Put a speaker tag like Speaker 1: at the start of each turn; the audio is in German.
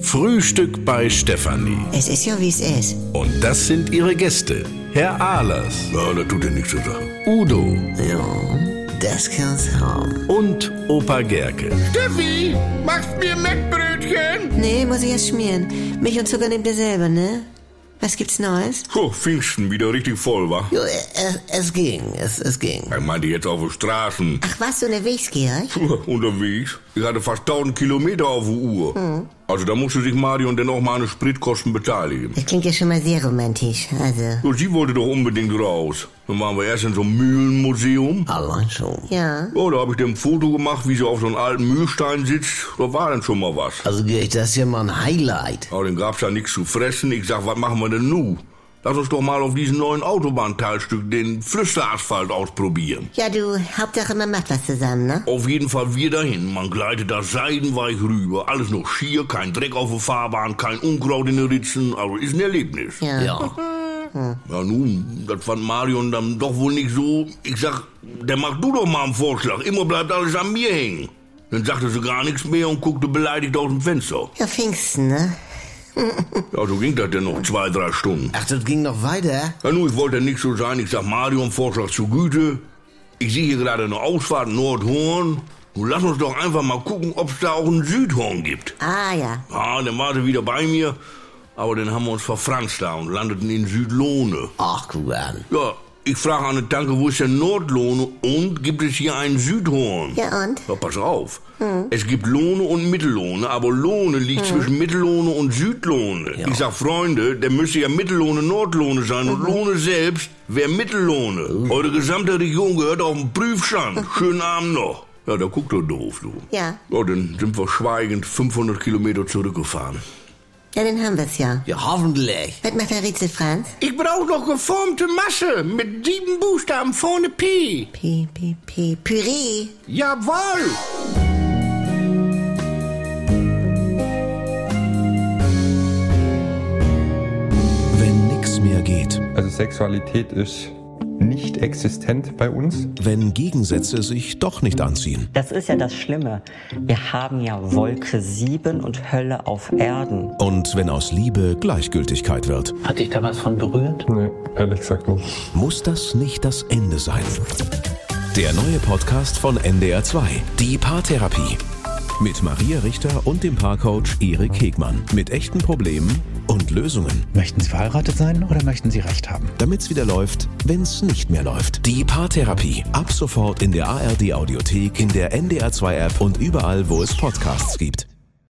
Speaker 1: Frühstück bei Stefanie.
Speaker 2: Es ist ja, wie es ist.
Speaker 1: Und das sind ihre Gäste. Herr Ahlers,
Speaker 3: Ja, das tut dir nichts zu sagen.
Speaker 1: Udo
Speaker 2: Ja, das kann's haben.
Speaker 1: und Opa Gerke.
Speaker 4: Steffi, machst mir Mettbrötchen?
Speaker 2: Nee, muss ich erst schmieren. Milch und Zucker nehmt ihr selber, ne? Was gibt's Neues?
Speaker 3: Puh, Pfingsten wieder richtig voll, wa?
Speaker 2: Jo, es, es ging, es, es ging.
Speaker 3: Ich meinte jetzt auf den Straßen.
Speaker 2: Ach, warst du unterwegs, Georg?
Speaker 3: Puh, unterwegs. Ich hatte fast 1000 Kilometer auf der Uhr. Also da musste sich Marion dann auch mal an den Spritkosten beteiligen.
Speaker 2: Das klingt ja schon mal sehr romantisch, also.
Speaker 3: Und sie wollte doch unbedingt raus. Dann waren wir erst in so einem Mühlenmuseum.
Speaker 5: Allein schon.
Speaker 2: Ja.
Speaker 3: Ja, da habe ich dann ein Foto gemacht, wie sie auf so einem alten Mühlstein sitzt. Da war dann schon mal was.
Speaker 5: Also Georg, das ist ja mal ein Highlight.
Speaker 3: Aber dann gab's da nichts zu fressen. Ich sag, was machen wir denn nu? Lass uns doch mal auf diesem neuen Autobahnteilstück den Flüsterasphalt ausprobieren.
Speaker 2: Ja, du, Hauptsache man macht was zusammen, ne?
Speaker 3: Auf jeden Fall wir dahin. Man gleitet da seidenweich rüber. Alles noch schier, kein Dreck auf der Fahrbahn, kein Unkraut in den Ritzen. Also ist ein Erlebnis.
Speaker 2: Ja.
Speaker 5: Ja.
Speaker 3: Ja nun, das fand Marion dann doch wohl nicht so. Ich sag, dann mach du doch mal einen Vorschlag. Immer bleibt alles an mir hängen. Dann sagte sie gar nichts mehr und guckte beleidigt aus dem Fenster.
Speaker 2: Ja, Pfingsten, ne?
Speaker 3: Ja, so ging das denn noch zwei, drei Stunden.
Speaker 5: Ach, das ging noch weiter?
Speaker 3: Ja, nun, ich wollte nicht so sein. Ich sag Marion, Vorschlag zur Güte. Ich sehe hier gerade eine Ausfahrt Nordhorn. Nun lass uns doch einfach mal gucken, ob es da auch ein Südhorn gibt.
Speaker 2: Ah, ja.
Speaker 3: Ja, dann war sie wieder bei mir. Aber dann haben wir uns verfranst da und landeten in Südlohne.
Speaker 5: Ach, guck an.
Speaker 3: Ja, ich frage an den Tanke, wo ist denn Nordlohne und gibt es hier einen Südhorn?
Speaker 2: Ja, und?
Speaker 3: Ja, pass auf. Es gibt Lohne und Mittellohne, aber Lohne liegt zwischen Mittellohne und Südlohne. Ich sag, Freunde, der müsste ja Mittellohne Nordlohne sein und Lohne selbst wäre Mittellohne. Eure gesamte Region gehört auf den Prüfstand. Schönen Abend noch. Ja, da guckt er doof, du.
Speaker 2: Ja.
Speaker 3: Ja, dann sind wir schweigend 500 Kilometer zurückgefahren.
Speaker 2: Ja, dann haben wir's ja.
Speaker 5: Ja, hoffentlich.
Speaker 2: Was macht der Rätsel, Franz?
Speaker 4: Ich brauche noch geformte Masse mit sieben Buchstaben vorne P.
Speaker 2: P, P, P, Püree.
Speaker 4: Jawohl.
Speaker 6: Wenn nix mehr geht,
Speaker 7: Also Sexualität ist nicht existent bei uns.
Speaker 6: wenn Gegensätze sich doch nicht anziehen,
Speaker 8: Das ist ja das Schlimme. Wir haben ja Wolke 7 und Hölle auf Erden.
Speaker 6: und wenn aus Liebe Gleichgültigkeit wird,
Speaker 9: Hat dich da was von berührt?
Speaker 7: Nee, ehrlich gesagt nicht.
Speaker 6: muss das nicht das Ende sein. Der neue Podcast von NDR2, die Paartherapie. Mit Maria Richter und dem Paarcoach Erik Hegmann. Mit echten Problemen und Lösungen.
Speaker 10: Möchten Sie verheiratet sein oder möchten Sie Recht haben?
Speaker 6: Damit's wieder läuft, wenn's nicht mehr läuft. Die Paartherapie. Ab sofort in der ARD-Audiothek, in der NDR2-App und überall, wo es Podcasts gibt.